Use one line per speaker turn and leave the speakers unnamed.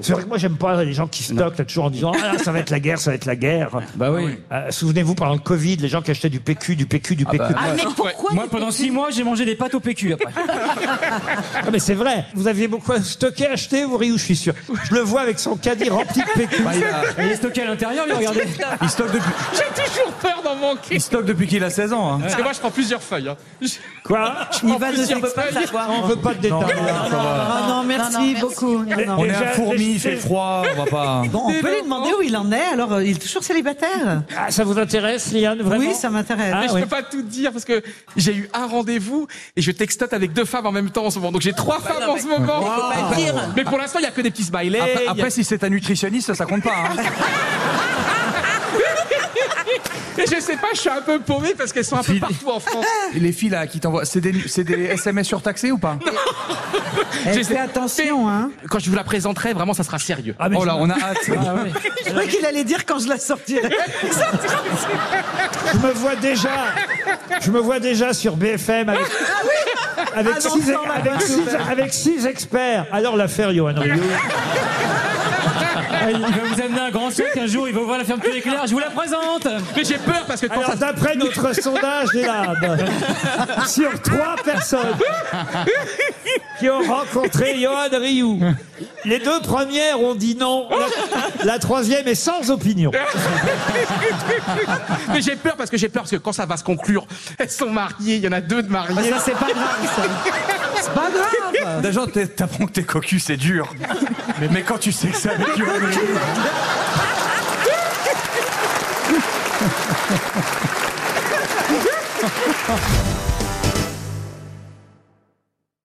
C'est vrai que moi, j'aime pas les gens qui stockent là, toujours en disant Ah, ça va être la guerre, ça va être la guerre.
Bah oui.
Euh, Souvenez-vous, pendant le Covid, les gens qui achetaient du PQ, du PQ, du PQ.
bah.
Ah, mais pourquoi
Moi, pendant six mois, j'ai mangé des pâtes au PQ après.
Ah, mais c'est vrai, vous aviez beaucoup stocké, acheté, vous riez, je suis sûr. Je le vois avec son caddie rempli de PQ.
Bah, il, a-
Et il est stocké à l'intérieur, lui, regardez.
il stocke depuis,
J'ai toujours peur d'en manquer.
il stocke depuis qu'il a 16 ans. hein.
Parce que moi, je prends plusieurs feuilles. hein. Je-
Quoi
je
Il
prends
va de
plusieurs
on peut pas
feuilles.
savoir.
On veut pas de
Non,
détails.
ça va.
Ah non, merci beaucoup. Non, non.
On est
Déjà,
à fourmi, il
j'ai-
fait froid, on va pas.
Bon, on peut lui demander où il en est. Alors, euh, il est toujours célibataire.
Ah, ça vous intéresse, Liane, vraiment
Oui, ça m'intéresse. Eh,
Ah,
Mais je
oui.
peux pas tout dire parce que j'ai eu un rendez-vous et je textote avec deux femmes en même temps en ce moment. Donc j'ai trois femmes en ce moment. Mais pour l'instant, il y a que des petits smileys.
Après,
il y a-
après, si c'est un nutritionniste, ça compte pas. hein.
Et je sais pas, je suis un peu paumé parce qu'elles sont un peu
Puis-
partout en France.
Et les filles là qui t'envoient, c'est des, c'est des SMS surtaxés ou pas
Eh,
je sais-
fais attention, hein.
Quand je vous la présenterai, vraiment, ça sera sérieux.
Ah, mais
Oh là,
je-
on a hâte.
Je croyais qu'il allait dire quand je la sortirai.
Je me vois déjà, je me vois déjà sur BFM avec, avec,
Ah non,
six,
sans la
avec
bonne
six-
nouvelle.
avec six experts. Alors l'affaire Johan Rioux.
Il va vous amener un grand sac un jour, il va ouvrir la ferme tout éclair, je vous la présente.
Mais j'ai peur parce que quand
Alors
ça
d'après notre sondage des labs, sur trois personnes qui ont rencontré Johan Rioux, les deux premières ont dit non, la, la troisième est sans opinion.
Mais j'ai peur parce que j'ai peur parce que quand ça va se conclure, elles sont mariées, il y en a deux de
Ah,
mariées.
ça, c'est pas grave, ça. C'est pas grave.
Déjà, t'es- t'apprends que t'es cocu, c'est dur. Mais, mais quand tu sais que c'est avec Johan Rioux-